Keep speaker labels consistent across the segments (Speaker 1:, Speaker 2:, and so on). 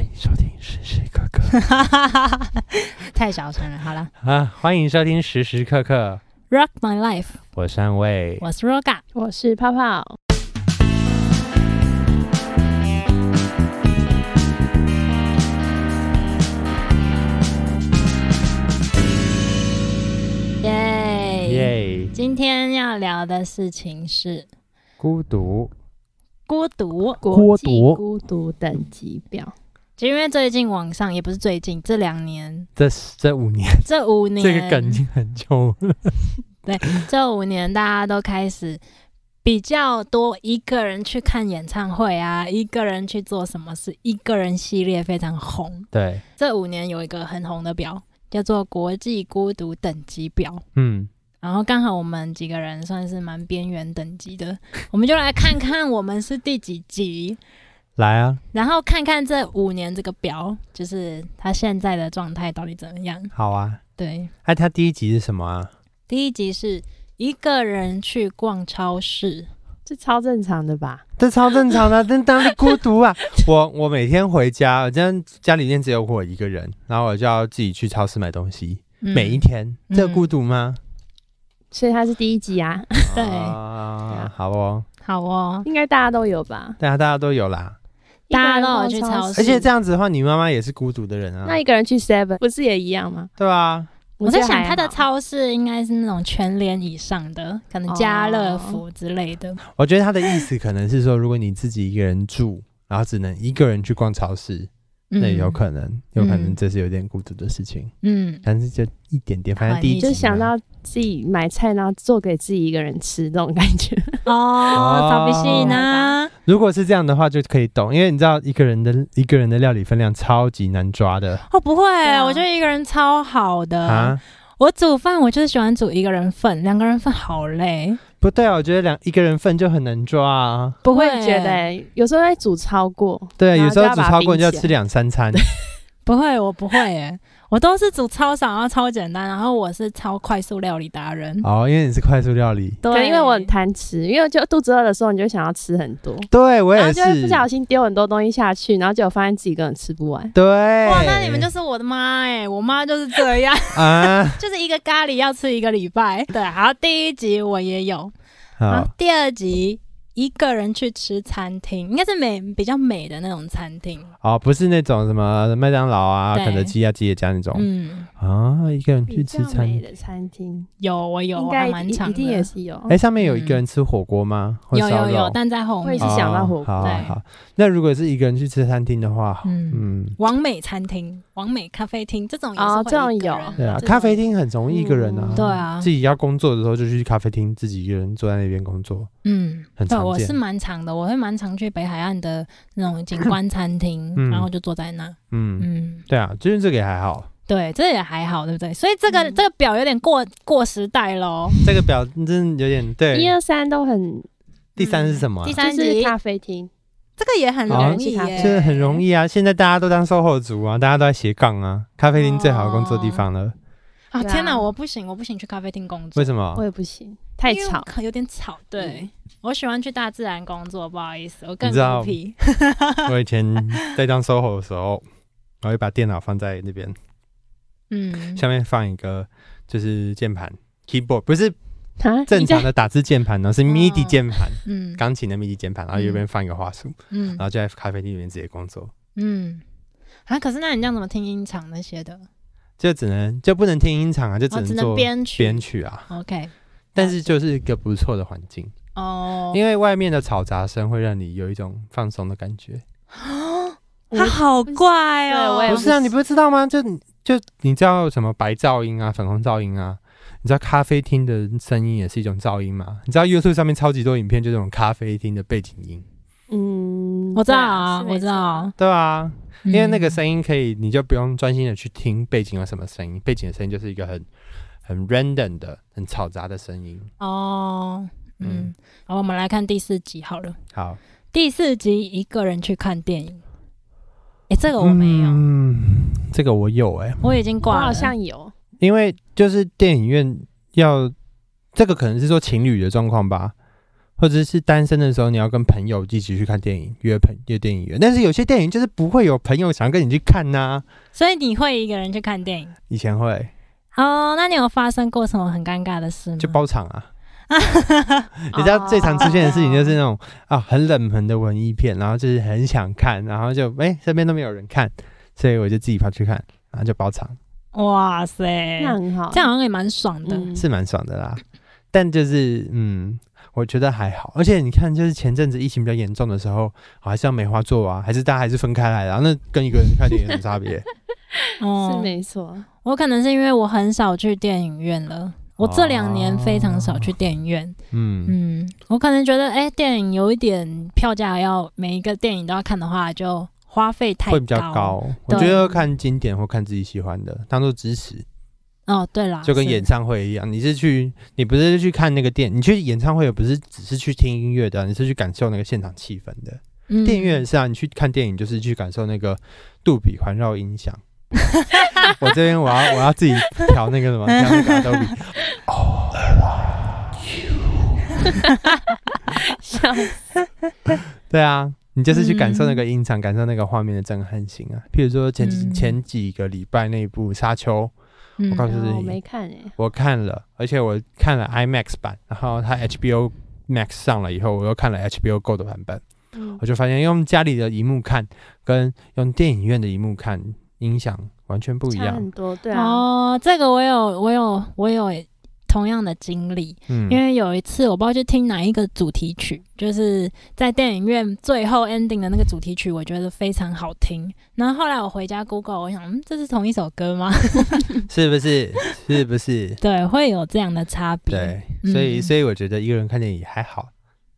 Speaker 1: 迎收听时时刻刻
Speaker 2: 太小声了。好了
Speaker 1: 啊！欢迎收听时时刻刻，
Speaker 2: ，Rock My Life，
Speaker 1: 我是安卫。
Speaker 2: 我是 Roga。
Speaker 3: 我是泡泡，
Speaker 2: 耶！
Speaker 1: 耶！
Speaker 2: 今天要聊的事情是
Speaker 1: 孤独，
Speaker 2: 孤独，
Speaker 1: 国
Speaker 3: 国
Speaker 1: 际
Speaker 3: 际
Speaker 1: 孤独
Speaker 3: 孤独等级表，
Speaker 2: 就因为最近网上也不是最近，这两年，
Speaker 1: 这是这五年，
Speaker 2: 这五年，
Speaker 1: 这个梗已经很久了。
Speaker 2: 这五年大家都开始比较多一个人去看演唱会啊，一个人去做什么事，一个人系列非常红。
Speaker 1: 对，
Speaker 2: 这五年有一个很红的表，叫做国际孤独等级表。
Speaker 1: 嗯，
Speaker 2: 然后刚好我们几个人算是蛮边缘等级的， 我们就来看看我们是第几级，
Speaker 1: 来啊，
Speaker 2: 然后看看这五年这个表，就是他现在的状态到底怎么样。
Speaker 1: 好啊。
Speaker 2: 对，
Speaker 1: 哎、他第一集是什么啊？
Speaker 2: 第一集是一个人去逛超市，
Speaker 3: 这超正常的吧？
Speaker 1: 这超正常 的，但当然孤独啊！我我每天回家，我家家里面只有我一个人，然后我就要自己去超市买东西，
Speaker 2: 嗯
Speaker 1: 每一天，
Speaker 2: 嗯
Speaker 1: 这孤独吗？
Speaker 3: 所以它是第一集 啊，
Speaker 2: 对
Speaker 1: 啊，好哦，啊
Speaker 2: 好哦，
Speaker 3: 应该大家都有吧？
Speaker 1: 大家大家都有啦。
Speaker 2: 大家都有去超市
Speaker 1: 而且这样子的话，你妈妈也是孤独的人啊，
Speaker 3: 那一个人去 Seven 不是也一样吗？
Speaker 1: 对啊，
Speaker 2: 我在
Speaker 3: 觉得
Speaker 2: 想
Speaker 3: 还
Speaker 2: 他的
Speaker 3: 好，
Speaker 2: 超市应该是那种全联以上的，可能家乐福之类的。
Speaker 1: 我觉得他的意思可能是说，如果你自己一个人住，然后只能一个人去逛超市，
Speaker 2: 嗯
Speaker 1: 那也有可能，有可能
Speaker 2: 嗯
Speaker 1: 这是有点孤独的事情，
Speaker 2: 嗯，
Speaker 1: 但是就一点点，反正第一
Speaker 2: 你
Speaker 1: 集
Speaker 3: 就
Speaker 1: 嘛
Speaker 3: 想到自己买菜，然后做给自己一个人吃那种感 觉。
Speaker 2: 哦，扫不信呢？
Speaker 1: 如果是这样的话，就可以懂，因为你知道一个人的 一个人的料理分量超级难抓的
Speaker 2: 哦，不会，
Speaker 3: 啊
Speaker 2: 我觉得一个人超好
Speaker 3: 嗯
Speaker 2: 的。
Speaker 1: 啊。
Speaker 2: 我煮饭，我就是喜欢煮一个人份，两个人份好累，
Speaker 1: 不对啊，我觉得两一个人份就很难抓啊。
Speaker 2: 不
Speaker 3: 我
Speaker 2: 会
Speaker 3: 也觉得、欸，有时候会煮超过，
Speaker 1: 对，啊
Speaker 3: 然后
Speaker 1: 有时候
Speaker 3: 就要
Speaker 1: 煮
Speaker 3: 把它
Speaker 1: 超过
Speaker 3: 冰
Speaker 1: 你就要
Speaker 3: 起来
Speaker 1: 吃两三 餐。
Speaker 2: 不会，我不会耶，我都是煮超少，然后超简单，然后我是超快速料理达人。
Speaker 1: 哦，因为你是快速料理。
Speaker 2: 对
Speaker 3: 可能因为我很贪吃，因为就肚子饿的时候，你就想要吃很多，
Speaker 1: 对我
Speaker 3: 然后
Speaker 1: 也
Speaker 3: 就会
Speaker 1: 是
Speaker 3: 不。小心丢很多东西下去，然后结果发现自己根本吃不完。
Speaker 1: 对。
Speaker 2: 哇，那你们就是我的妈哎，我妈就是这 样，
Speaker 1: 啊，
Speaker 2: 就是一个咖喱要吃一个礼拜。对，然后第一集我也有， 然后
Speaker 3: 啊
Speaker 1: 好，
Speaker 2: 第二集一个人去吃餐厅，应该是美比较美的那种餐厅。
Speaker 1: 哦，不是那种什么麦当劳啊、
Speaker 2: 对
Speaker 1: 肯德基啊、吉野家那种
Speaker 2: 嗯，
Speaker 1: 啊，一个人去
Speaker 3: 比
Speaker 1: 吃
Speaker 3: 较
Speaker 1: 餐
Speaker 3: 美。的餐厅，
Speaker 2: 有我有，
Speaker 3: 应
Speaker 2: 我
Speaker 3: 该
Speaker 2: 还
Speaker 3: 一
Speaker 2: 蛮
Speaker 3: 一
Speaker 2: 长
Speaker 3: 定也
Speaker 2: 的。
Speaker 3: 是有。
Speaker 1: 哎，上面有一个人吃火锅吗？或
Speaker 2: 有
Speaker 1: 烧
Speaker 2: 有
Speaker 1: 肉
Speaker 2: 有，但在后
Speaker 3: 会
Speaker 2: 面
Speaker 3: 是。想到火
Speaker 1: 哦
Speaker 3: 锅
Speaker 1: 好好
Speaker 2: 对
Speaker 1: 好，那如果是一个人去吃餐厅的话，
Speaker 2: 嗯。
Speaker 1: 嗯，
Speaker 2: 完美餐厅、完美咖啡厅这种也是
Speaker 3: 哦
Speaker 2: 会
Speaker 3: 这种
Speaker 2: 一个
Speaker 3: 有
Speaker 2: 人的
Speaker 1: 对啊，
Speaker 2: 这种
Speaker 1: 咖啡厅很容易一个人啊，
Speaker 3: 嗯
Speaker 2: 对啊
Speaker 1: 自己要工作的时候就去咖啡厅，自己一个人坐在那边工作，
Speaker 2: 嗯，
Speaker 1: 很
Speaker 2: 对，
Speaker 1: 常
Speaker 2: 我
Speaker 1: 见
Speaker 2: 是蛮常的，我会蛮常去北海岸的那种景观餐厅，
Speaker 1: 嗯
Speaker 2: 然后就坐在那，
Speaker 1: 嗯，
Speaker 2: 嗯。
Speaker 1: 对啊，就是这个也还好，
Speaker 2: 对，这也还好，对不对？所以这个、
Speaker 3: 嗯
Speaker 2: 这个表有点过过时代喽。
Speaker 1: 这个表真的有点
Speaker 3: 一
Speaker 1: 对。
Speaker 3: 二三都很，
Speaker 1: 第三是什么啊
Speaker 2: 第？三
Speaker 3: 就
Speaker 2: 集
Speaker 3: 是咖啡厅，
Speaker 2: 这个也很
Speaker 1: 啊
Speaker 2: 容易耶，
Speaker 1: 就是很容易啊，现在大家都当售后族啊，大家都在斜杠啊，咖啡厅最好的工作地方了。
Speaker 2: 啊！
Speaker 3: 对啊
Speaker 2: 天哪，我不行，我不行去咖啡厅工作，
Speaker 1: 为什么
Speaker 3: 我？也不行，太
Speaker 2: 因为
Speaker 3: 吵。
Speaker 2: 可有点吵。对、我喜欢去大自然工作，不好意思，我更
Speaker 1: 你知道
Speaker 2: 孤僻。
Speaker 1: 我以前在当 SOHO 的时候，我会把电脑放在那边，
Speaker 2: 嗯，
Speaker 1: 下面放一个就是键盘 keyboard，不是
Speaker 3: 啊，
Speaker 1: 正
Speaker 3: 你
Speaker 1: 常
Speaker 3: 在
Speaker 1: 的打字键盘哦，是 MIDI 键盘，
Speaker 2: 嗯
Speaker 1: 钢琴的 MIDI 键盘，然后右边放一个话术，
Speaker 2: 嗯
Speaker 1: 然后就在咖啡厅里面直接工作，
Speaker 2: 嗯，啊，可是那你这样怎么听音场那些的？
Speaker 1: 就只能就不能听音场啊，就
Speaker 2: 哦，只能
Speaker 1: 做
Speaker 2: 编曲。
Speaker 1: 编曲啊。
Speaker 2: OK，
Speaker 1: 但是就是一个不错的环境，
Speaker 2: 哦，
Speaker 1: 因为外面的嘈杂声会让你有一种放松的感觉。
Speaker 3: 我
Speaker 2: 他好怪哦，
Speaker 3: 对我也
Speaker 1: 不
Speaker 3: 不
Speaker 1: 是啊，你不知道吗？就就你知道什么白噪音啊、粉红噪音啊？你知道咖啡厅的声音也是一种噪音吗？你知道 YouTube 上面超级多影片，就这种咖啡厅的背景音，
Speaker 3: 嗯，
Speaker 2: 我知
Speaker 3: 对
Speaker 2: 道
Speaker 3: 啊
Speaker 2: 啊，，
Speaker 3: 是
Speaker 2: 我
Speaker 3: 没
Speaker 2: 知
Speaker 3: 错
Speaker 2: 道
Speaker 3: 啊，
Speaker 2: 啊，
Speaker 1: 对啊，因为那个
Speaker 2: 嗯
Speaker 1: 声音可以，你就不用专心的去听背景有什么声音，背景的声音就是一个很很 random 的、很嘈杂的声音。
Speaker 2: 哦，
Speaker 1: 嗯
Speaker 2: 嗯，好，我们来看第四集好了。
Speaker 1: 好，
Speaker 2: 第四集一个人去看电影，哎，这个我没有，
Speaker 1: 嗯，这个我有哎、
Speaker 2: 我已经
Speaker 3: 我
Speaker 2: 挂了，
Speaker 3: 好像有，
Speaker 1: 因为就是电影院要这个可能是说情侣的状况吧，或者是单身的时候，你要跟朋友一起去看电影，约朋约电影院。但是有些电影就是不会有朋友想要跟你去看呐、
Speaker 2: 所以你会一个人去看电影
Speaker 1: 以前会
Speaker 2: 哦？那你有发生过什么很尴尬的事吗？
Speaker 1: 就包场啊，人家最常出现的事情就是那种啊很冷门的文艺片，然后就是很想看，然后就哎、身边都没有人看，所以我就自己跑去看，然后就包场，
Speaker 2: 哇塞，
Speaker 3: 那很好，
Speaker 2: 哎这样好像也蛮爽的。
Speaker 3: 嗯
Speaker 1: 是蛮爽的啦。但就是嗯，我觉得还好，而且你看，就是前阵子疫情比较严重的时候，好像梅花座啊，还是大家还是分开来的啊、那跟一个人看电影有什么差别？
Speaker 3: 是
Speaker 2: 哦，
Speaker 3: 没错。
Speaker 2: 我可能是因为我很少去电影院了。我这两年非常少去电影院，
Speaker 1: 哦嗯，
Speaker 2: 嗯，我可能觉得，哎、电影有一点票价要每一个电影都要看的话，就花费太
Speaker 1: 会比较高。我
Speaker 2: 对
Speaker 1: 觉得要看经典或看自己喜欢的，当做支持，
Speaker 2: 哦，对啦，
Speaker 1: 就跟
Speaker 2: 是
Speaker 1: 演唱会一样。你是去，你不是去看那个电，你去演唱会也不是只是去听音乐的啊，你是去感受那个现场气氛的。
Speaker 2: 嗯
Speaker 1: 电影院也是啊，你去看电影就是去感受那个杜比环绕音响。 我这边我要我要自己调那个 什么，调那个杜比。
Speaker 3: 笑
Speaker 1: 对啊，你就是去感受那个音场，感受那个画面的震撼性啊。譬如说前几、
Speaker 2: 嗯
Speaker 1: 前几个礼拜那部《沙丘》，
Speaker 2: 嗯
Speaker 1: 我告诉
Speaker 3: 我
Speaker 1: 你
Speaker 3: 没，看哎，
Speaker 1: 我看了，而且我看了 IMAX 版，然后它 HBO Max 上了以后，我又看了 HBO Go 的版本，
Speaker 3: 嗯
Speaker 1: 我就发现用家里的荧幕看跟用电影院的荧幕看音响完全不一
Speaker 3: 差
Speaker 1: 样
Speaker 3: 很。多，对啊，
Speaker 2: 哦，这个我有，我有，我有同样的经历，
Speaker 1: 嗯
Speaker 2: 因为有一次我不知道去听哪一个主题曲，就是在电影院最后 ending 的那个主题曲，我觉得非常好听。然后后来我回家 Google，我想，嗯，这是同一首歌吗？？
Speaker 1: 是不是？是不是
Speaker 2: 对，会有这样的差别。
Speaker 1: 对，
Speaker 2: 嗯
Speaker 1: 所以所以我觉得一个人看电影也还好。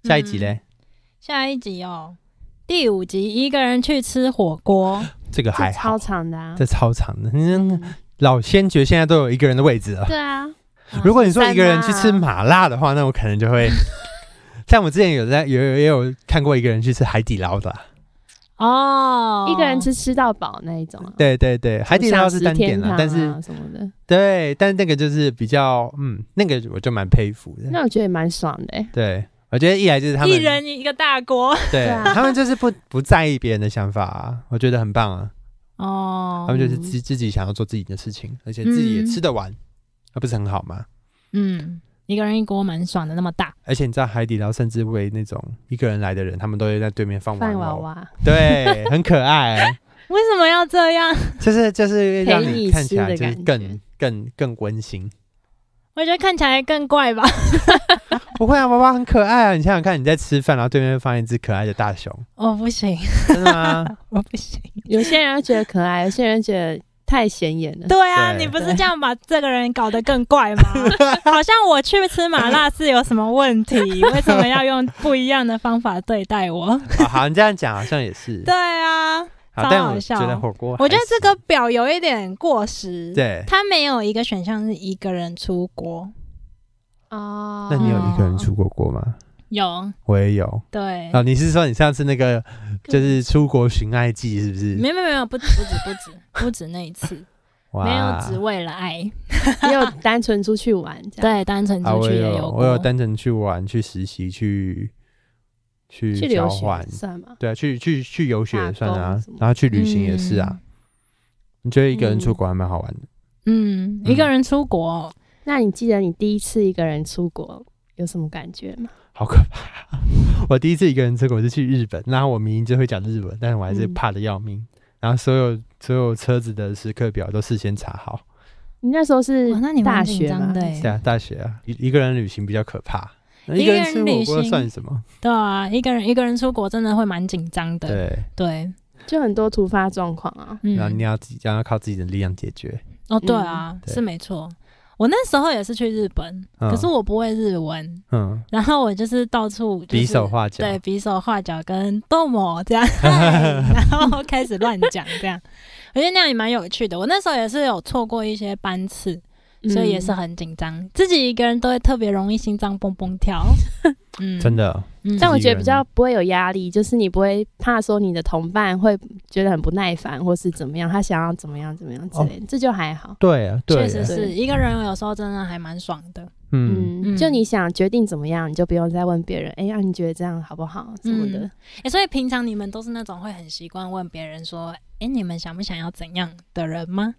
Speaker 1: 下一
Speaker 3: 嗯
Speaker 1: 集嘞，
Speaker 2: 下一集哦，第五集一个人去吃火锅，
Speaker 1: 这个还
Speaker 3: 这
Speaker 1: 好
Speaker 3: 超，长的啊
Speaker 1: 这，超长的，嗯，
Speaker 3: 嗯
Speaker 1: 老先觉现在都有一个人的位置了。
Speaker 3: 对啊，
Speaker 2: 啊
Speaker 1: 如果你说一个人去吃
Speaker 3: 三啊
Speaker 1: 麻辣的话，那我可能就 会。像我之前有在有有也有看过一个人去吃海底捞的啊、
Speaker 2: 哦，
Speaker 3: 一个人吃吃到饱那一种啊，
Speaker 1: 对对对，海底捞是单点
Speaker 3: 了，
Speaker 1: 但是
Speaker 3: 啊什么的，
Speaker 1: 对，但那个就是比较嗯，那个我就蛮佩服的。
Speaker 3: 那我觉得也蛮爽的欸。
Speaker 1: 对，我觉得一来就是他们
Speaker 2: 一人一个大锅
Speaker 1: 对
Speaker 3: 对啊
Speaker 1: 他们就是不不在意别人的想法、啊，我觉得很棒啊。
Speaker 2: 哦
Speaker 1: 他们就是自自己想要做自己的事情，而且自己也
Speaker 2: 嗯
Speaker 1: 吃得完，那、不是很好吗？
Speaker 2: 嗯，一个人一锅蛮爽的，那么大。
Speaker 1: 而且你知道海底捞甚至为那种一个人来的人，他们都会在对面放
Speaker 3: 放啊
Speaker 1: 偶
Speaker 3: 娃娃，
Speaker 1: 对，很可爱，
Speaker 2: 为什么要这样？
Speaker 1: 就是就是让
Speaker 3: 陪
Speaker 1: 你
Speaker 3: 你
Speaker 1: 看起
Speaker 3: 吃
Speaker 1: 来
Speaker 3: 的
Speaker 1: 就是
Speaker 3: 感
Speaker 1: 更
Speaker 3: 觉
Speaker 1: 更更温馨。
Speaker 2: 我觉得看起来更怪 吧。
Speaker 1: 不会啊，娃娃很可爱啊！你想想看，你在吃饭，然后对面放一只可爱的大熊，
Speaker 2: 我哦不行，
Speaker 1: 真的吗？
Speaker 2: 我不行。
Speaker 3: 有些人觉得可爱，有些人觉得太显眼了。
Speaker 2: 对啊，
Speaker 1: 对
Speaker 2: 你不是这样把这个人搞得更怪 吗？好像我去吃麻辣是有什么问 题？为什么要用不一样的方法对待我？
Speaker 1: 好哦好，你这样讲好像也是
Speaker 2: 对。啊，
Speaker 1: 好，
Speaker 2: 超
Speaker 1: 但
Speaker 2: 好
Speaker 1: 我觉
Speaker 2: 笑
Speaker 1: 得火锅还是，
Speaker 2: 我觉得这个表有一点过时。，
Speaker 1: 对，
Speaker 2: 他没有一个选项是一个人出国。
Speaker 3: 哦
Speaker 1: 那你有一个人出过国吗？
Speaker 2: 有，
Speaker 1: 我也有。
Speaker 2: 对，
Speaker 1: 哦，你是说你上次那个就是出国寻爱记是不是？
Speaker 2: 没有没有没有，不止不止不止不止那一次，
Speaker 1: 哇
Speaker 2: 没有只为了爱，
Speaker 3: 也有单纯出去玩这样，
Speaker 2: 对，单纯
Speaker 1: 啊，
Speaker 2: 出
Speaker 1: 我
Speaker 2: 去也
Speaker 1: 有我有
Speaker 2: 过。
Speaker 1: 单纯去玩、去实习、去去
Speaker 3: 去
Speaker 1: 交
Speaker 3: 留学
Speaker 1: 换，
Speaker 3: 算吗？
Speaker 1: 对啊，去去去游学也
Speaker 3: 打
Speaker 1: 算啊
Speaker 3: 工什么，
Speaker 1: 然后去旅行也是啊。你觉得一个人出国还蛮好玩的？嗯
Speaker 2: 嗯，一个人出国，
Speaker 3: 那你记得你第一次一个人出国有什么感觉吗？
Speaker 1: 好可怕！ 我第一次一个人出国是去日本，然后我明明就会讲日文，但是我还是
Speaker 3: 嗯
Speaker 1: 怕的要命。然后所有所有车子的时刻表都事先查好。
Speaker 3: 你那时候是
Speaker 2: 哇，那你
Speaker 3: 大
Speaker 2: 蛮紧
Speaker 3: 学
Speaker 2: 张
Speaker 3: 吗
Speaker 2: 的？
Speaker 1: 对
Speaker 2: 欸，
Speaker 1: 啊，大学啊，一一个人旅行比较可怕。那
Speaker 2: 一
Speaker 1: 一个
Speaker 2: 个
Speaker 1: 人
Speaker 2: 人
Speaker 1: 吃火
Speaker 2: 旅
Speaker 1: 锅
Speaker 2: 行
Speaker 1: 算什么？
Speaker 2: 对啊，一个人一个人出国真的会蛮紧张的。
Speaker 1: 对，
Speaker 2: 对，
Speaker 3: 就很多突发状况啊。
Speaker 1: 然后你
Speaker 2: 嗯，
Speaker 1: 要自己，要靠自己的力量解决。
Speaker 2: 哦，对
Speaker 3: 嗯
Speaker 2: 啊，
Speaker 1: 对
Speaker 2: 是没错。我那时候也是去日本，
Speaker 1: 嗯
Speaker 2: 可是我不会日文，
Speaker 1: 嗯，
Speaker 2: 然后我就是到处就是
Speaker 1: 比手画脚。
Speaker 2: 对，比手画脚跟逗 我这样，然后开始乱讲这样，我觉得那样也蛮有趣的。我那时候也是有错过一些班次，所以也是啊
Speaker 3: 嗯
Speaker 2: 很紧张，自己一个人都会特别容易心脏蹦蹦跳。 嗯，
Speaker 1: 真，的，
Speaker 2: 嗯，
Speaker 3: 但我
Speaker 1: 自己
Speaker 3: 觉得
Speaker 1: 人
Speaker 3: 比较不会有压力，就是你不会怕说你的同伴会觉得很不耐烦，或是怎么样，他想要怎么样怎么样之类的，
Speaker 1: 哦
Speaker 3: 这就还好。
Speaker 1: 对啊，对
Speaker 2: 确
Speaker 1: 啊，
Speaker 2: 实是
Speaker 3: 对
Speaker 2: 一个人有时候真的还蛮爽的，
Speaker 1: 嗯，
Speaker 3: 嗯，
Speaker 2: 嗯
Speaker 3: 就你想决定怎么样，你就不用再问别人，哎、呀、你觉得这样好不好什么的。
Speaker 2: 嗯哎、所以平常你们都是那种会很习惯问别人说，哎、你们想不想要怎样的人吗？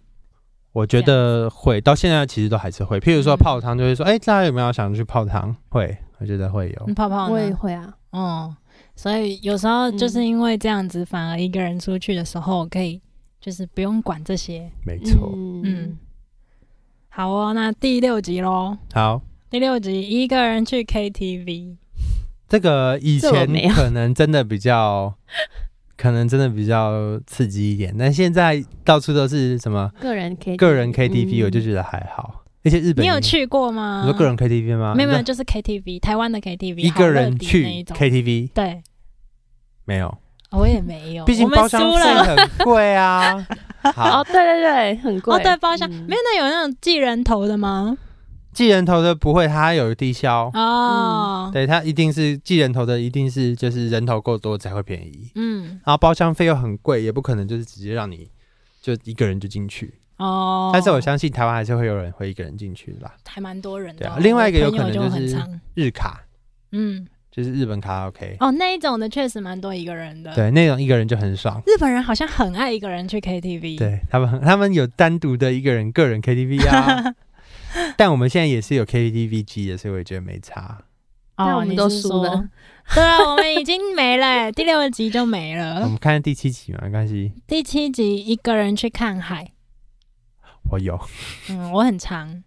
Speaker 1: 我觉得会，到现在其实都还是会。譬如说
Speaker 2: 嗯嗯
Speaker 1: 泡汤，就会说，哎、大家有没有想去泡汤？会，我觉得会有。
Speaker 2: 你泡泡
Speaker 3: 我也嗯
Speaker 2: 呢？
Speaker 3: 会啊，
Speaker 2: 哦，所以有时候就是因为这样子，反而一个人出去的时候可以就是不用管这些。
Speaker 1: 没错。
Speaker 2: 嗯
Speaker 3: 嗯，，
Speaker 2: 好哦，那第六集喽。
Speaker 1: 好，
Speaker 2: 第六集一个人去 KTV，
Speaker 1: 这个以
Speaker 3: 这我
Speaker 1: 前
Speaker 3: 没有
Speaker 1: 可能真的比较，可能真的比较刺激一点，但现在到处都是什么
Speaker 3: 个人 K 嗯
Speaker 1: 个人 KTV，、我就觉得还好。而且日本
Speaker 2: 嗯你
Speaker 1: 也，
Speaker 2: 有去过吗？
Speaker 1: 你说个人 KTV 吗？
Speaker 2: 嗯没有没有，
Speaker 1: 那，
Speaker 2: 就是 KTV，台湾的 KTV，
Speaker 1: 一个人
Speaker 2: 好乐迪那
Speaker 1: 去
Speaker 2: 一种。
Speaker 1: KTV
Speaker 2: 对，
Speaker 1: 没有，
Speaker 2: 我也没有，
Speaker 1: 毕竟
Speaker 2: 我们
Speaker 1: 包厢
Speaker 2: 输
Speaker 1: 费
Speaker 2: 了。
Speaker 1: 很 贵啊。好
Speaker 3: 哦，，对对对，很贵
Speaker 2: 哦，对，包厢、
Speaker 3: 嗯
Speaker 2: 没有那有那种寄人头的吗？
Speaker 1: 寄人头的不会，它有低消。
Speaker 2: 哦，
Speaker 1: 嗯对，它一定是寄人头的，一定是就是人头够多才会便宜，
Speaker 2: 嗯，
Speaker 1: 然后包厢费又很贵，也不可能就是直接让你就一个人就进去。
Speaker 2: 哦，
Speaker 1: 但是我相信台湾还是会有人会一个人进去的啦。
Speaker 2: 还蛮多人的
Speaker 1: 对
Speaker 2: 哦、
Speaker 1: 啊另外一个有可能
Speaker 2: 我朋友
Speaker 1: 就是
Speaker 2: 就很长
Speaker 1: 日卡
Speaker 2: 嗯，
Speaker 1: 就是日本卡拉 OK，、
Speaker 2: 哦，那一种的确实蛮多一个人的。，
Speaker 1: 对，那种一个人就很爽。
Speaker 2: 日本人好像很爱一个人去 KTV。，
Speaker 1: 对他们很，他们有单独的一个人个 人 KTV 啊，但我们现在也是有 KTV 机的，所以我觉得没差。
Speaker 3: 但
Speaker 2: 哦，
Speaker 3: 我们
Speaker 2: 你
Speaker 3: 都
Speaker 2: 是
Speaker 3: 输
Speaker 2: 说
Speaker 3: 了。
Speaker 2: 对啊，我们已经没了 欸，第六集就没
Speaker 1: 我
Speaker 2: 了。
Speaker 1: 们看第七集嘛，没关系，
Speaker 2: 第七集一个人去看海，
Speaker 1: 我有，
Speaker 2: 嗯，我很长。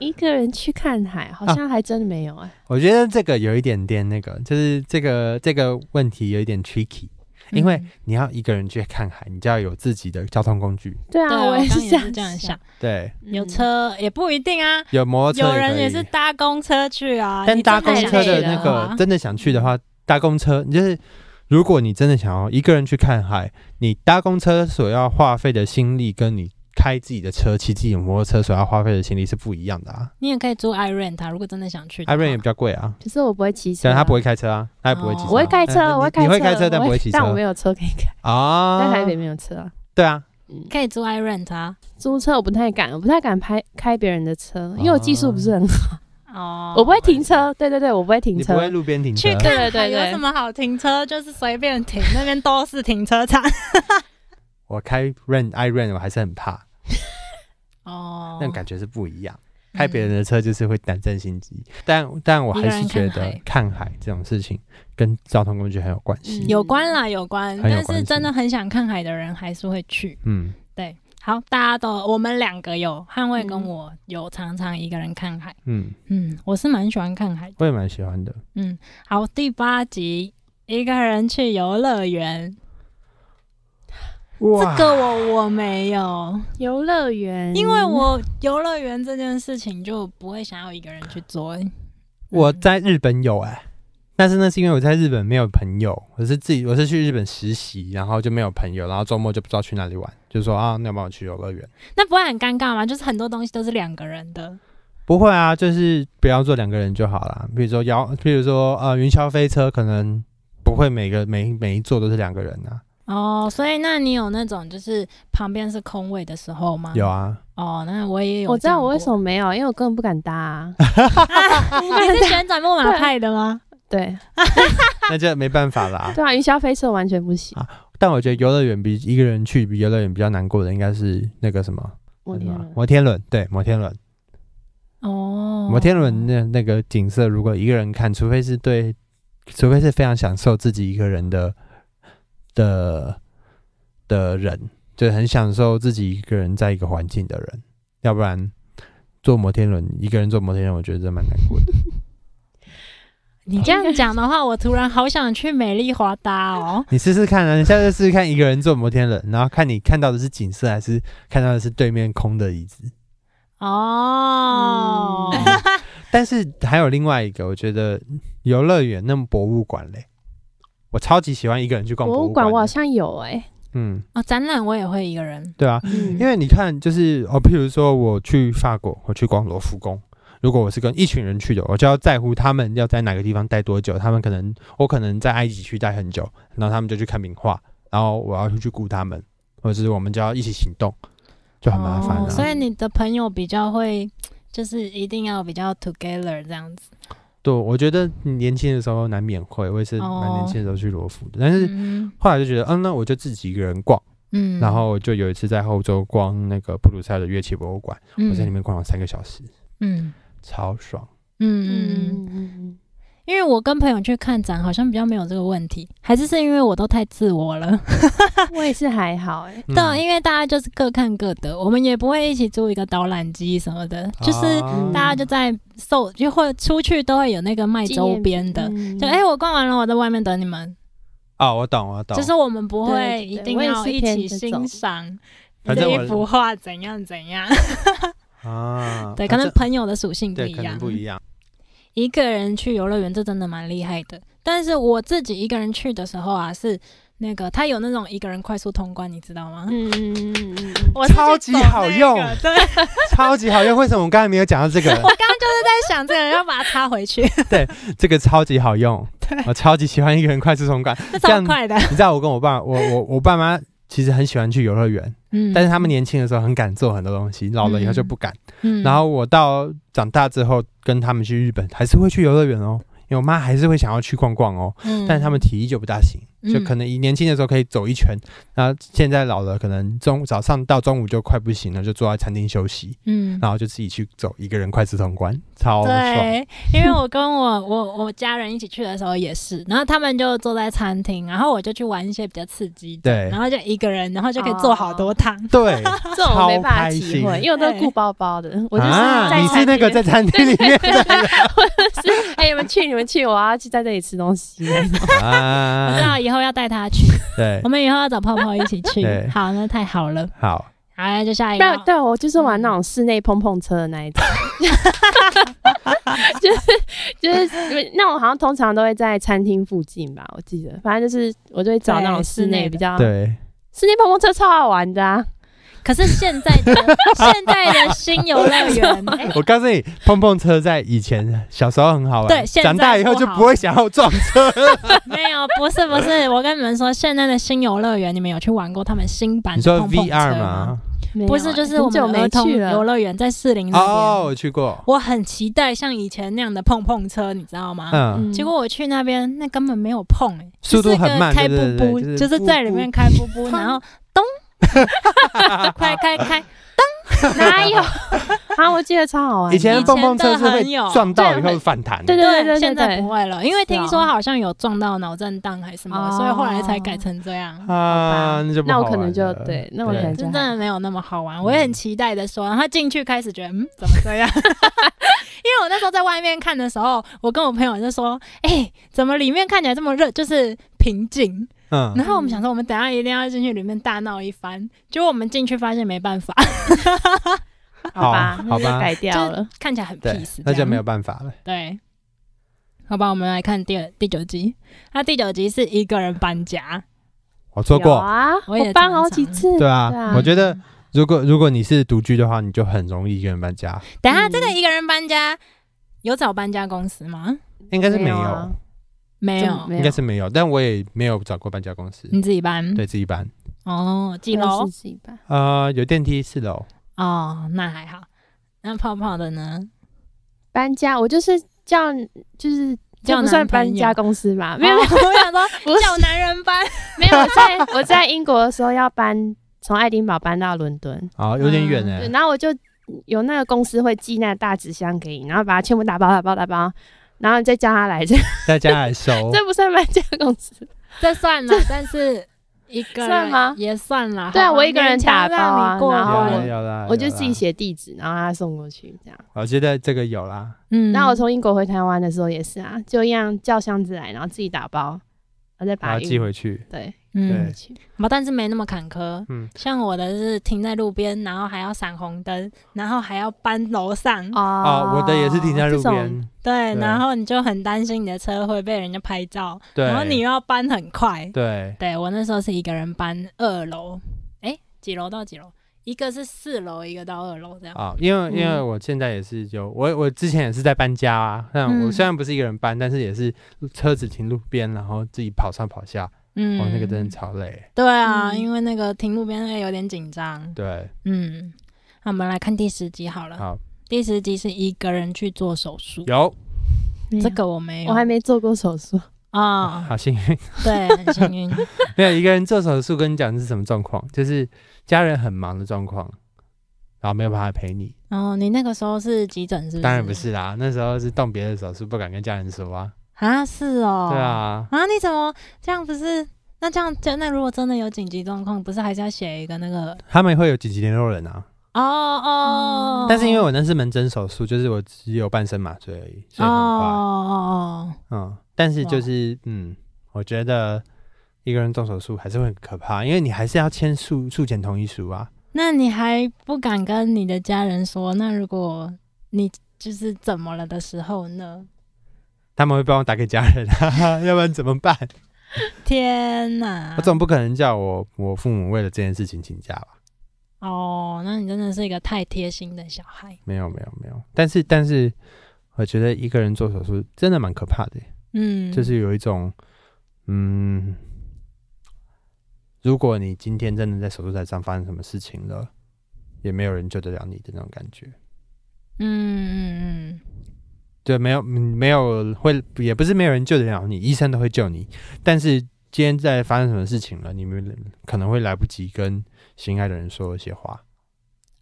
Speaker 3: 一个人去看
Speaker 1: 啊
Speaker 3: 海，好像还真的没有哎、
Speaker 1: 我觉得这个有一点点那个，就是这个这个问题有一点 tricky。因为
Speaker 2: 嗯
Speaker 1: 你要一个人去看海，你就要有自己的交通工具。
Speaker 3: 对
Speaker 2: 对
Speaker 3: 啊，
Speaker 2: 我
Speaker 3: 也
Speaker 2: 刚
Speaker 3: 是
Speaker 2: 也
Speaker 3: 这
Speaker 2: 是
Speaker 3: 样
Speaker 2: 这样想，，
Speaker 1: 对，
Speaker 2: 有
Speaker 3: 嗯，
Speaker 2: 车也不一定啊，
Speaker 1: 有摩托车
Speaker 2: 有人
Speaker 1: 可
Speaker 2: 也
Speaker 1: 以
Speaker 2: 是搭公车去啊。
Speaker 1: 但
Speaker 2: 你
Speaker 1: 搭
Speaker 2: 真
Speaker 1: 公
Speaker 2: 的
Speaker 1: 车的
Speaker 2: 累了
Speaker 1: 那个
Speaker 2: 啊，
Speaker 1: 真的想去的话，搭公车，你就是如果你真的想要一个人去看海，你搭公车所要花费的心力，跟你开自己的车、骑自己的摩托车所要花费的心力是不一样的啊。
Speaker 2: 你也可以租 i r o n 他，如果真的想去的话。
Speaker 1: 艾瑞也比较贵啊，
Speaker 3: 可是我不会骑车、
Speaker 1: 但
Speaker 3: 啊，
Speaker 1: 他不会，开车啊，他也不会骑车啊。
Speaker 2: 哦
Speaker 3: 我会开
Speaker 1: 但
Speaker 3: 车，
Speaker 1: 是
Speaker 3: 我会
Speaker 1: 你
Speaker 3: 开
Speaker 1: 你
Speaker 3: 车，
Speaker 1: 会开车，但
Speaker 3: 我
Speaker 1: 不会骑车
Speaker 3: 但我没有车可以开，在台
Speaker 1: 啊
Speaker 3: 北。没有车啊。
Speaker 1: 对啊，
Speaker 2: 可以租 i 啊 r o n 他。
Speaker 3: 租车我不太敢，我不太敢拍开别人的车，
Speaker 1: 啊
Speaker 3: 因为我技术不是很好，
Speaker 2: 哦，
Speaker 3: 我不会停车。对对对，我不会停
Speaker 1: 你
Speaker 3: 车
Speaker 1: 不。会路边停车
Speaker 2: 去。看
Speaker 3: 对
Speaker 2: 海
Speaker 3: 对
Speaker 2: 有
Speaker 3: 对
Speaker 2: 什么好停车？就是随便停，那边都是停车场。
Speaker 1: 我开 rent i rent 我还是很怕，
Speaker 2: 哦，
Speaker 1: 那种感觉是不一样。开别人的车就是会胆战心惊，但但我
Speaker 2: 一个
Speaker 1: 还是
Speaker 2: 人
Speaker 1: 觉
Speaker 2: 看
Speaker 1: 得
Speaker 2: 海
Speaker 1: 看海这种事情跟交通工具很有关系。
Speaker 2: 嗯有关啦，有关，
Speaker 1: 很有
Speaker 2: 但
Speaker 1: 关
Speaker 2: 是
Speaker 1: 系
Speaker 2: 真的很想看海的人还是会去。
Speaker 1: 嗯，
Speaker 2: 对，好，大家都我们两个有捍卫跟
Speaker 3: 嗯
Speaker 2: 我有常常一个人看海，
Speaker 1: 嗯，
Speaker 2: 嗯，我是蛮喜欢看海的。
Speaker 1: 我也蛮喜欢的。
Speaker 2: 嗯，好，第八集一个人去游乐园，这
Speaker 1: 哇
Speaker 2: 个我我没有，
Speaker 3: 游乐园，
Speaker 2: 因
Speaker 1: 嗯
Speaker 2: 为我游乐园这件事情就不会想要一个人去做、欸
Speaker 1: 我
Speaker 2: 嗯
Speaker 1: 在日本有哎、但是那是因为我在日本没有朋友，我是自己，我是去日本实习，然后就没有朋友，然后周末就不知道去哪里玩，就说啊，那要不要去游乐园？
Speaker 2: 那不会很尴尬吗？就是很多东西都是两个人的，
Speaker 1: 不会啊，就是不要做两个人就好啦。比如说摇，比如说呃，云霄飞车可能不会每个每每一座都是两个人啊，
Speaker 2: 哦，所以那你有那种就是旁边是空位的时候吗？
Speaker 1: 有啊，
Speaker 2: 哦，那我也有。
Speaker 3: 我知道我为什
Speaker 2: 么、
Speaker 3: 么 没有，因为我根本不敢搭、 啊。
Speaker 2: 你是旋转木马派的吗？
Speaker 3: 对
Speaker 1: 那就没办法啦。
Speaker 3: 对啊，云霄飞车完全不行。
Speaker 1: 但我觉得游乐园比一个人去比游乐园比较难过的，应该是那个什么
Speaker 3: 我
Speaker 1: 那
Speaker 3: 天
Speaker 1: 什么
Speaker 3: 啊，
Speaker 1: 摩天轮，对，摩天轮，
Speaker 2: 哦，
Speaker 1: 摩天轮那那个景色，如果一个人看，除非是对，除非是非常享受自己一个人的的的人，就是很享受自己一个人在一个环境的人，要不然坐摩天轮一个人坐摩天轮，我觉得真蛮难过的。嗯
Speaker 2: 你这样讲的话，我突然好想去美丽华搭哦。
Speaker 1: 你试试看啊，你下次试试看一个人坐摩天轮，然后看你看到的是景色，还是看到的是对面空的椅子。
Speaker 2: 哦，
Speaker 3: 嗯
Speaker 1: 但是还有另外一个，我觉得游乐园那么博物馆嘞，我超级喜欢一个人去逛
Speaker 3: 博
Speaker 1: 物
Speaker 3: 物馆我好
Speaker 1: 的
Speaker 3: 像有哎、
Speaker 1: 嗯，
Speaker 2: 哦，展览我也会一个人，
Speaker 1: 对啊，
Speaker 3: 嗯
Speaker 1: 因为你看，就是哦，譬如说我去法国，我去逛罗浮宫，如果我是跟一群人去的，我就要在乎他们要在哪个地方待多久。他们可能我可能在埃及去待很久，然后他们就去看名画，然后我要去顾他们，或者是我们就要一起行动，就很麻烦啊了、
Speaker 2: 哦。所以你的朋友比较会，就是一定要比较 together 这样子。
Speaker 1: 对，我觉得年轻的时候难免会，我也是蛮年轻的时候去罗浮的，但是
Speaker 2: 嗯
Speaker 1: 后来就觉得，嗯，那我就自己一个人逛。
Speaker 2: 嗯
Speaker 1: 然后就有一次在欧洲逛那个布鲁塞尔的乐器博物馆，我在里面逛了三个小时，
Speaker 2: 嗯
Speaker 1: 超爽。
Speaker 2: 嗯嗯嗯，
Speaker 3: 嗯嗯
Speaker 2: 因为我跟朋友去看展，好像比较没有这个问题，还是是因为我都太自我了。
Speaker 3: 嗯，我也是还好哎、
Speaker 1: 嗯
Speaker 2: 对，啊因为大家就是各看各的，我们也不会一起租一个导览机什么的，就是
Speaker 1: 啊
Speaker 2: 大家就在售，就会出去都会有那个卖周边的。
Speaker 3: 嗯
Speaker 2: 就哎、我逛完了，我在外面等你们。
Speaker 1: 啊，我懂，我懂，
Speaker 2: 就是我们不会
Speaker 3: 对对
Speaker 2: 一
Speaker 3: 对
Speaker 2: 定
Speaker 3: 我也
Speaker 2: 要
Speaker 3: 是
Speaker 2: 一
Speaker 3: 偏
Speaker 2: 起
Speaker 3: 这
Speaker 2: 欣
Speaker 3: 种
Speaker 2: 赏
Speaker 1: 反
Speaker 2: 这
Speaker 1: 正
Speaker 2: 一
Speaker 1: 我
Speaker 2: 幅画怎样怎样。
Speaker 1: 啊，
Speaker 2: 对，可
Speaker 1: 反
Speaker 2: 能
Speaker 1: 正
Speaker 2: 朋友的属性不
Speaker 1: 对
Speaker 2: 一
Speaker 1: 可
Speaker 2: 样
Speaker 1: 能。不一样。
Speaker 2: 一个人去游乐园，这真的蛮厉害的。但是我自己一个人去的时候啊，是那个他有那种一个人快速通关，你知道吗？
Speaker 3: 嗯嗯嗯嗯嗯
Speaker 2: 我是去
Speaker 1: 超级
Speaker 2: 走
Speaker 1: 好
Speaker 2: 那
Speaker 1: 用
Speaker 2: 个对，我
Speaker 1: 超级好用，为什么我刚才没有讲到 这个？
Speaker 2: 刚刚就是在想这个，要把它插 回去，
Speaker 1: 这个超级好用，我超级喜欢一个人快速通关。这
Speaker 2: 那超
Speaker 1: 样
Speaker 2: 快的。
Speaker 1: 你知道我跟我爸，我我我爸妈其实很喜欢去游乐园，
Speaker 2: 嗯
Speaker 1: 但是他们年轻的时候很敢做很多东西，老了以后就不敢。
Speaker 2: 嗯
Speaker 1: 然后我到长大之后跟他们去日本，还是会去游乐园哦，因为我妈还是会想要去逛逛哦。
Speaker 2: 嗯
Speaker 1: 但是他们体力就不大行，就可能以年轻的时候可以走一圈，然后现在老了，可能中早上到中午就快不行了，就坐在餐厅休息，
Speaker 2: 嗯。
Speaker 1: 然后就自己去走一个人快速通关，超爽。
Speaker 2: 对，因为我跟我 我我家人一起去的时候也是，然后他们就坐在餐厅，然后我就去玩一些比较刺激的，
Speaker 1: 对
Speaker 2: 然后就一个人，然后就可以做好多趟，
Speaker 1: 对，
Speaker 3: 这种我没办
Speaker 1: 超开
Speaker 3: 法体会，
Speaker 1: 心
Speaker 3: 因为我都是顾包包的，我就是
Speaker 1: 啊，
Speaker 3: 在
Speaker 1: 你是
Speaker 3: 餐
Speaker 1: 那个
Speaker 3: 厅
Speaker 1: 在餐厅里 面 的
Speaker 3: 是哎、你们去你们去，我要去在这里吃东西。
Speaker 1: 哎
Speaker 2: 我知
Speaker 1: 啊，
Speaker 2: 道以后要带 他去，
Speaker 1: 对
Speaker 2: 我，们以后要找泡泡一起去
Speaker 1: 对。
Speaker 2: 好，那太好了。
Speaker 1: 好，
Speaker 2: 好，那就下一
Speaker 3: 不然
Speaker 2: 个。
Speaker 3: 对我就是玩
Speaker 1: 嗯
Speaker 3: 那种室内碰碰车的那一种， 就是就是那我好像通常都会在餐厅附近吧，我记得，反正就是我就会找那种
Speaker 2: 对
Speaker 3: 室
Speaker 2: 室内
Speaker 3: 内
Speaker 2: 的
Speaker 3: 比较
Speaker 1: 对，
Speaker 3: 室内碰碰车超好玩的啊，
Speaker 2: 可是现在的 现在的新游乐园，哎
Speaker 1: 我告诉你，碰碰车在以前小时候很好玩，
Speaker 2: 对现在
Speaker 1: 长大以后就不会想要 撞车。
Speaker 2: 没有，不是不是，我跟你们说，现在的新游乐园，你们有去玩过他们新版
Speaker 1: 你
Speaker 2: 的
Speaker 1: 说
Speaker 2: 碰碰车
Speaker 1: VR
Speaker 2: 吗？
Speaker 1: 吗？
Speaker 3: 没有
Speaker 2: 不
Speaker 3: 欸
Speaker 2: 是，就是我
Speaker 3: 很久
Speaker 2: 们的儿
Speaker 3: 没
Speaker 2: 童
Speaker 3: 去
Speaker 2: 游
Speaker 3: 了。
Speaker 2: 乐园在士林那边。
Speaker 1: 哦，我去过，
Speaker 2: 我很期待像以前那样的碰碰车，你知道吗？
Speaker 3: 啊
Speaker 1: 嗯，
Speaker 2: 结果我去那边，那根本没有碰、哎，
Speaker 1: 速度很慢
Speaker 2: 就
Speaker 1: 对对
Speaker 2: 是个开
Speaker 1: 对
Speaker 2: 步步，
Speaker 1: 就是
Speaker 2: 就是在里面开步步，然后 咚，开开开，
Speaker 3: 哪有 啊？我记得超好玩的。
Speaker 1: 以前碰碰车是会
Speaker 2: 以前的很有
Speaker 1: 撞到以
Speaker 3: 对
Speaker 1: 后
Speaker 3: 会
Speaker 1: 反弹的，
Speaker 3: 对对对对
Speaker 2: 现在
Speaker 3: 对
Speaker 2: 不会了，因为
Speaker 3: 是
Speaker 2: 听
Speaker 3: 哦
Speaker 2: 说好像有撞到脑震荡还是什么，
Speaker 3: 哦
Speaker 2: 所以后来才改成这样。
Speaker 1: 啊，那就不
Speaker 3: 那我
Speaker 1: 好
Speaker 3: 可能
Speaker 1: 玩
Speaker 3: 就
Speaker 1: 了
Speaker 3: 对，那我可
Speaker 1: 对
Speaker 3: 能
Speaker 2: 就
Speaker 3: 就
Speaker 2: 真
Speaker 3: 还
Speaker 2: 的没有那么好
Speaker 1: 嗯
Speaker 2: 玩，我也很期待的说，然后进去开始觉得，嗯，怎么这样？ 因为我那时候在外面看的时候，我跟我朋友就说，哎、怎么里面看起来这么热，就是平静？
Speaker 1: 嗯，
Speaker 2: 然后我们想说，我们等一下一定要进去里面大闹一番。结果我们进去发现没办法，
Speaker 3: 好吧，
Speaker 1: 好
Speaker 3: 那就
Speaker 1: 吧
Speaker 3: 改掉了。
Speaker 2: 看起来很
Speaker 1: 对
Speaker 2: peace，，
Speaker 1: 那就没有
Speaker 2: 这
Speaker 1: 办
Speaker 2: 样
Speaker 1: 法了。
Speaker 2: 对。好吧，我们来看第二第九集。那第九集是一个人搬家，
Speaker 1: 我做
Speaker 3: 有
Speaker 1: 过，
Speaker 3: 啊，
Speaker 2: 我也
Speaker 3: 我搬
Speaker 2: 常
Speaker 3: 好几
Speaker 2: 常
Speaker 3: 次。
Speaker 1: 对啊
Speaker 3: 对啊，
Speaker 1: 我觉
Speaker 2: 嗯
Speaker 1: 得如果如果你是独居的话，你就很容易一个人搬家，
Speaker 2: 等一下这个
Speaker 3: 嗯
Speaker 2: 一个人搬家有找搬家公司吗？
Speaker 1: 应该是没
Speaker 3: 没有
Speaker 1: 有
Speaker 3: 啊，
Speaker 2: 没
Speaker 3: 真
Speaker 2: 有，
Speaker 3: 没嗯
Speaker 1: 应该是没有，但我也没有找过搬家公司，
Speaker 2: 你自己搬。
Speaker 1: 对自己搬。
Speaker 2: 哦，几
Speaker 3: 有
Speaker 2: 楼
Speaker 3: 四？十一吧。
Speaker 1: 呃，有电梯四楼，
Speaker 2: 哦，那还好。那泡泡的呢？
Speaker 3: 搬家，我就是叫就是。
Speaker 2: 叫
Speaker 3: 这不算
Speaker 2: 男朋友
Speaker 3: 搬家公司吧？没有，没有
Speaker 2: 哦我想说
Speaker 3: 不是
Speaker 2: 叫男人搬。
Speaker 3: 没有。我在我在英国的时候要搬，从爱丁堡搬到伦敦，
Speaker 1: 啊，有点远
Speaker 3: 对，
Speaker 1: 哎。
Speaker 3: 然后我就有那个公司会寄那个大纸箱给你，然后把它全部打包打包打包，然后你再叫他来，这
Speaker 1: 在家来收
Speaker 3: 这不算搬家公司。
Speaker 2: 这算了，但是一个人
Speaker 3: 算吗
Speaker 2: 也算了。
Speaker 3: 对啊
Speaker 2: 好吧
Speaker 3: 我一个人打包啊
Speaker 2: 勉强让你过
Speaker 3: 然后
Speaker 1: 有
Speaker 2: 关
Speaker 1: 啦哎有啦，
Speaker 3: 我就
Speaker 1: 有啦
Speaker 3: 自己。写地址，然后他送过去这样。
Speaker 1: 我觉得这个有啦，
Speaker 2: 嗯
Speaker 3: 然后我从英国回台湾的时候也是啊，就一样叫箱子来，然后自己打包，然后再
Speaker 1: 然
Speaker 3: 把
Speaker 1: 后
Speaker 3: 它运
Speaker 1: 寄回去。
Speaker 3: 对
Speaker 2: 嗯
Speaker 1: 对，
Speaker 3: 去。
Speaker 2: 好但是没那么坎坷。
Speaker 1: 嗯
Speaker 2: 像我的是停在路边，然后还要闪红灯，然后还要搬楼上。
Speaker 3: 哦
Speaker 1: 啊，我的也是停在路
Speaker 3: 这种
Speaker 1: 边，
Speaker 2: 对，
Speaker 1: 对
Speaker 2: 然后你就很担心你的车会被人家拍照，
Speaker 1: 对，
Speaker 2: 然后你又要搬很快。
Speaker 1: 对
Speaker 2: 对我那时候是一个人搬二楼，哎，几楼到几楼？一个是四楼，一个到二楼这样。
Speaker 1: 啊、因为因为
Speaker 3: 嗯
Speaker 1: 我现在也是有我我之前也是在搬家啊，但我
Speaker 2: 嗯
Speaker 1: 虽然不是一个人搬，但是也是车子停路边，然后自己跑上跑下，
Speaker 2: 嗯
Speaker 1: 哇，哦那个真的超累。
Speaker 2: 对啊，
Speaker 3: 嗯
Speaker 2: 因为那个停路边那个有点紧张。
Speaker 1: 对，
Speaker 2: 嗯，那我们来看第十集好了。
Speaker 1: 好
Speaker 2: 第十集是一个人去做手术，
Speaker 1: 有
Speaker 2: 这个我没有，
Speaker 3: 嗯我还没做过手术，
Speaker 2: 啊、
Speaker 1: 好幸运，
Speaker 2: 对，很幸运。
Speaker 1: 没有一个人做手术。跟你讲是什么状况，就是家人很忙的状况，然后没有办法陪你。
Speaker 2: 然后哦你那个时候是急诊是不是？
Speaker 1: 当然不是啦，那时候是动别的手术，不敢跟家人说啊。
Speaker 2: 啊，是哦。
Speaker 1: 对。啊，
Speaker 2: 啊，你怎么这样？不是？那这样，就那如果真的有紧急状况，不是还是要写一个那个？
Speaker 1: 他们会有紧急联络人啊。
Speaker 2: 哦哦。
Speaker 3: 嗯
Speaker 1: 但是因为我那是门诊手术，就是我只有半身麻醉而已，所以
Speaker 2: 哦
Speaker 1: 很快。
Speaker 2: 哦
Speaker 1: 嗯，但是就
Speaker 2: 哇
Speaker 1: 是嗯，我觉得一个人动手术还是会很可怕，因为你还是要签术术前同意书啊。
Speaker 2: 哦，那你还不敢跟你的家人说？那如果你就是怎么了的时候呢？
Speaker 1: 他们会帮我打给家人，哈 哈，要不然怎么办？
Speaker 2: 嗯天哪
Speaker 1: 我！总不可能叫我我父母为了这件事情请假吧？
Speaker 2: 哦，那你真的是一个太贴心的小孩。
Speaker 1: 没有没有没有，但是但是我觉得一个人做手术真的蛮可怕的耶，
Speaker 2: 嗯，
Speaker 1: 就是有一种嗯，如果你今天真的在手术台上发生什么事情了，也没有人救得了你的那种感觉。
Speaker 2: 嗯嗯
Speaker 1: 对，没有嗯没有会，也不是没有人救得了你，医生都会救你。但是今天在发生什么事情了，你们可能会来不及跟心爱的人说一些话。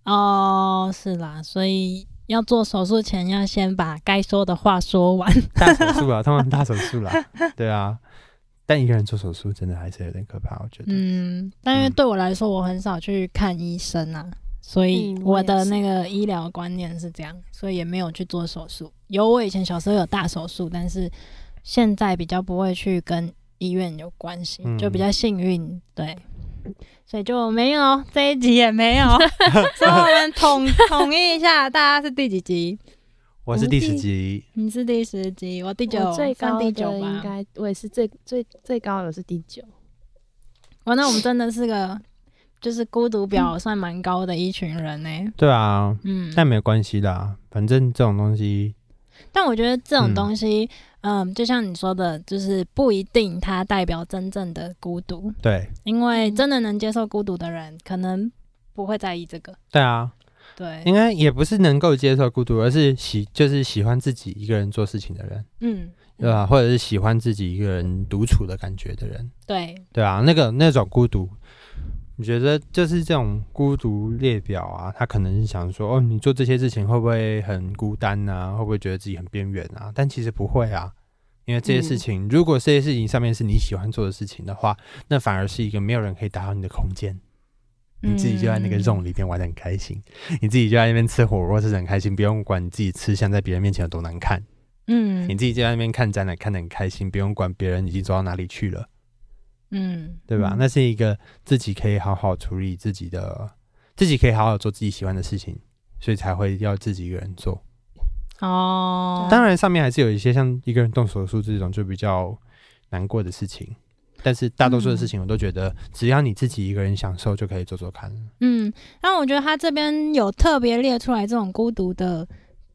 Speaker 2: 嗯，哦，是啦，所以要做手术前要先把该说的话说完。
Speaker 1: 大手术啊，他们大手术啦，对啊。但一个人做手术真的还是有点可怕，我觉得。
Speaker 2: 嗯，但因为
Speaker 1: 嗯
Speaker 2: 对我来说，我很少去看医生啊，所以
Speaker 3: 嗯我
Speaker 2: 我
Speaker 3: 也
Speaker 2: 的
Speaker 3: 是
Speaker 2: 那个医疗观念是这样，所以也没有去做手术。有我以前小时候有大手术，但是现在比较不会去跟医院有关系，就
Speaker 1: 嗯
Speaker 2: 比较幸运，对。所以就没有这一集也没 有，所以我们统统一一下，大家是第几集？
Speaker 1: 我是第十集，
Speaker 2: 你是第十集，我第九，
Speaker 3: 我最
Speaker 2: 算
Speaker 3: 高
Speaker 2: 第
Speaker 3: 的
Speaker 2: 九吧
Speaker 3: 应。该我也是最最最高的是第九，
Speaker 2: 哇，那我们真的是个就是孤 独表算蛮高的一群人欸呢、
Speaker 1: 对啊，
Speaker 2: 嗯，
Speaker 1: 但没有关系啦，反正这种东西，
Speaker 2: 但我觉得这种
Speaker 1: 嗯
Speaker 2: 东西，嗯就像你说的，就是不一定它代表真正的孤独，
Speaker 1: 对
Speaker 2: 因为真的能接受孤独的人，可能不会在意这个。
Speaker 1: 对啊，
Speaker 2: 对，
Speaker 1: 应该也不是能够接受孤独，而是喜就是喜欢自己一个人做事情的人，
Speaker 2: 嗯，
Speaker 1: 对吧、或者是喜欢自己一个人独处的感觉的人。
Speaker 2: 对，
Speaker 1: 对啊，那个那种孤独，你觉得就是这种孤独列表啊，他可能是想说，哦，你做这些事情会不会很孤单啊？会不会觉得自己很边缘啊？但其实不会啊，因为这些事情，如果这些事情上面是你喜欢做的事情的话，那反而是一个没有人可以打扰你的空间。你自己就在那个
Speaker 2: 嗯
Speaker 1: zone 里边玩的很开心，你自己就在那边吃火锅吃的很开心，不用管你自己吃相在别人面前有多难看，
Speaker 2: 嗯
Speaker 1: 你自己就在那边看展览看得很开心，不用管别人已经走到哪里去了。
Speaker 2: 嗯，
Speaker 1: 对吧？
Speaker 3: 嗯
Speaker 1: 那是一个自己可以好好处理自己的，自己可以好好做自己喜欢的事情，所以才会要自己一个人做。
Speaker 2: 哦，
Speaker 1: 当然，上面还是有一些像一个人动手术这种就比较难过的事情，但是大多数的事情我都觉得，只要你自己一个人享受就可以做做看。
Speaker 2: 嗯，但我觉得他这边有特别列出来这种孤独的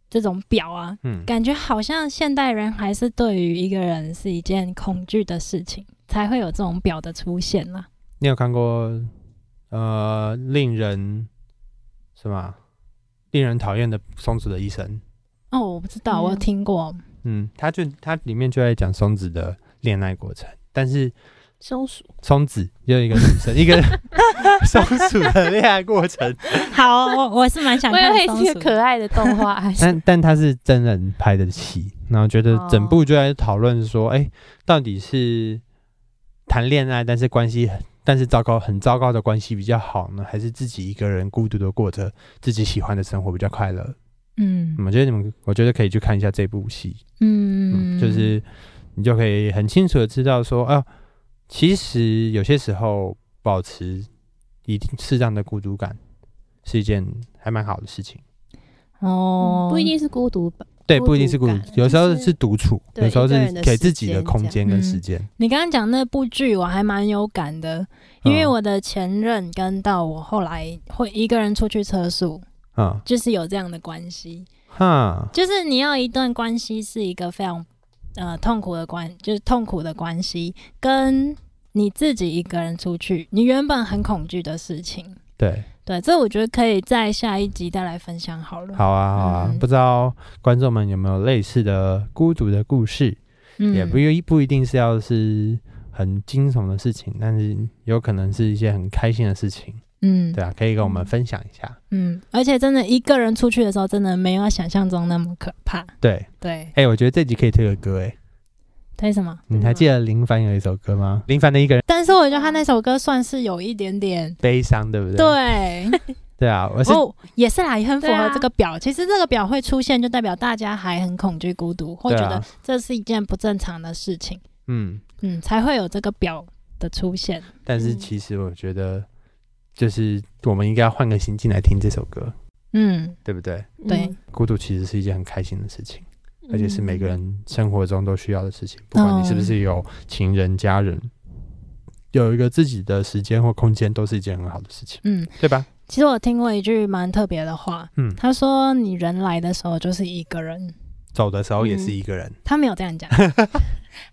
Speaker 2: 这种表啊，
Speaker 1: 嗯，
Speaker 2: 感觉好像现代人还是对于一个人是一件恐惧的事情，才会有这种表的出现啦。
Speaker 1: 你有看过呃令人什么啊令人讨厌的松子的医生？
Speaker 2: 哦，我不知道，
Speaker 3: 嗯
Speaker 2: 我有听过，
Speaker 1: 嗯，他就他里面就在讲松子的恋爱过程，但是
Speaker 3: 松鼠
Speaker 1: 松子又一个女生，一个松鼠的恋爱过程，
Speaker 2: 好，我 我是蛮想
Speaker 3: 我也
Speaker 2: 看
Speaker 3: 会
Speaker 2: 松
Speaker 3: 一
Speaker 2: 鼠
Speaker 3: 个。可爱的动画，还是
Speaker 1: 但但它是真人拍的戏，然后觉得整部就在讨论说，哎、到底是谈恋爱，但是关系很，但是糟糕很糟糕的关系比较好呢，还是自己一个人孤独的过着自己喜欢的生活比较快乐？
Speaker 2: 嗯
Speaker 1: 嗯我觉得你们，我觉得可以去看一下这部戏，
Speaker 2: 嗯
Speaker 1: 嗯，就是你就可以很清楚的知道说，啊，其实有些时候保持一定适当的孤独感是一件还蛮好的事情。
Speaker 2: 哦，
Speaker 3: 不一定是孤独吧，
Speaker 1: 对，
Speaker 3: 孤
Speaker 1: 不一定
Speaker 3: 独
Speaker 1: 是孤独
Speaker 3: 感，
Speaker 1: 有时候
Speaker 3: 就是
Speaker 1: 是独处，
Speaker 3: 对
Speaker 1: 有时候
Speaker 3: 一个
Speaker 1: 是
Speaker 3: 人的
Speaker 1: 给
Speaker 3: 时
Speaker 1: 自己的
Speaker 3: 间
Speaker 1: 空
Speaker 3: 这样
Speaker 1: 间跟
Speaker 2: 嗯
Speaker 1: 时间。
Speaker 2: 你刚刚讲那部剧，我还蛮有感的，因为
Speaker 1: 嗯
Speaker 2: 我的前任跟到我后来会一个人出去车宿，
Speaker 3: 嗯
Speaker 1: 啊
Speaker 2: 就是有这样的关系。
Speaker 1: 哈，
Speaker 2: 就是你要一段关系是一个非常呃痛苦的关，就是痛苦的关系，跟你自己一个人出去，你原本很恐惧的事情。
Speaker 1: 对，
Speaker 2: 对，这我觉得可以在下一集再来分享好了。
Speaker 1: 好啊好啊，
Speaker 2: 嗯
Speaker 1: 不知道观众们有没有类似的孤独的故事？
Speaker 2: 嗯，
Speaker 1: 也不一不一定是要是很惊悚的事情，但是有可能是一些很开心的事情，
Speaker 2: 嗯
Speaker 1: 对啊，可以跟我们分享一下。
Speaker 2: 嗯，而且真的一个人出去的时候，真的没有想象中那么可怕。
Speaker 1: 对，
Speaker 2: 对，
Speaker 1: 哎、我觉得这集可以推个歌、哎，
Speaker 2: 推什么？
Speaker 1: 你还记得林凡有一首歌吗？林凡的一个人
Speaker 2: 但是我觉得他那首歌算是有一点点。
Speaker 1: 悲伤，对不对？
Speaker 2: 对，
Speaker 1: 对啊，我是、
Speaker 2: 哦，也是啦，也很符
Speaker 3: 对
Speaker 2: 合
Speaker 3: 啊
Speaker 2: 这个表。其实这个表会出现，就代表大家还很恐惧孤独，会
Speaker 1: 对
Speaker 2: 觉
Speaker 1: 啊
Speaker 2: 得这是一件不正常的事情，
Speaker 1: 嗯，
Speaker 2: 嗯，才会有这个表的出现。
Speaker 1: 但是
Speaker 3: 嗯
Speaker 1: 其实我觉得，就是我们应该要换个心境来听这首歌，
Speaker 2: 嗯，
Speaker 1: 对不对？
Speaker 2: 对
Speaker 3: 嗯，
Speaker 1: 孤独其实是一件很开心的事情，嗯而且是每
Speaker 2: 嗯
Speaker 1: 个人生活中都需要的事情，不管你是不是有情人、家人。有一个自己的时间或空间，都是一件很好的事情，
Speaker 2: 嗯，
Speaker 1: 对吧？
Speaker 2: 其实我听过一句蛮特别的话，
Speaker 1: 嗯
Speaker 2: 他说：“你人来的时候就是一个人。
Speaker 1: 走的时候也
Speaker 3: 嗯
Speaker 1: 是一个人，”
Speaker 2: 他没有 这样讲，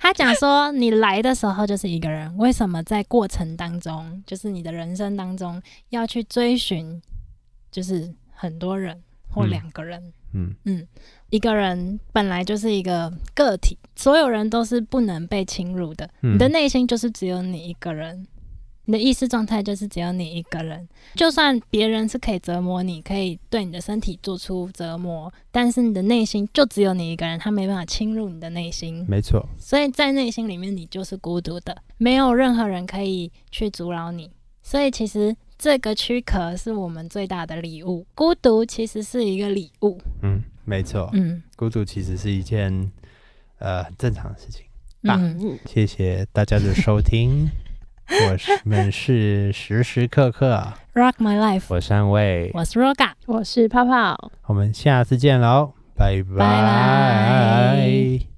Speaker 2: 他讲说：“你来的时候就是一个人，为什么在过程当中，就是你的人生当中要去追寻，就是很多人或
Speaker 1: 嗯
Speaker 2: 两个人？”
Speaker 1: 嗯，
Speaker 2: 一个人本来就是一个个体，所有人都是不能被侵入的。
Speaker 1: 嗯
Speaker 2: 你的内心就是只有你一个人，你的意识状态就是只有你一个人。就算别人是可以折磨你，可以对你的身体做出折磨，但是你的内心就只有你一个人，他没办法侵入你的内心。
Speaker 1: 没错，
Speaker 2: 所以在内心里面，你就是孤独的，没有任何人可以去阻挠你。所以其实这个躯壳是我们最大的礼物，孤独其实是一个礼物。
Speaker 1: 嗯，没错，
Speaker 2: 嗯。
Speaker 1: 孤独其实是一件呃很正常的事情。啊
Speaker 2: 嗯，
Speaker 3: 嗯，
Speaker 1: 谢谢大家的收听，我是们是时时刻啊刻，
Speaker 2: Rock My Life，
Speaker 1: 我是安卫，
Speaker 2: 我是 Roga。
Speaker 3: 我是泡泡。
Speaker 1: 我们下次见喽，拜拜。
Speaker 2: 拜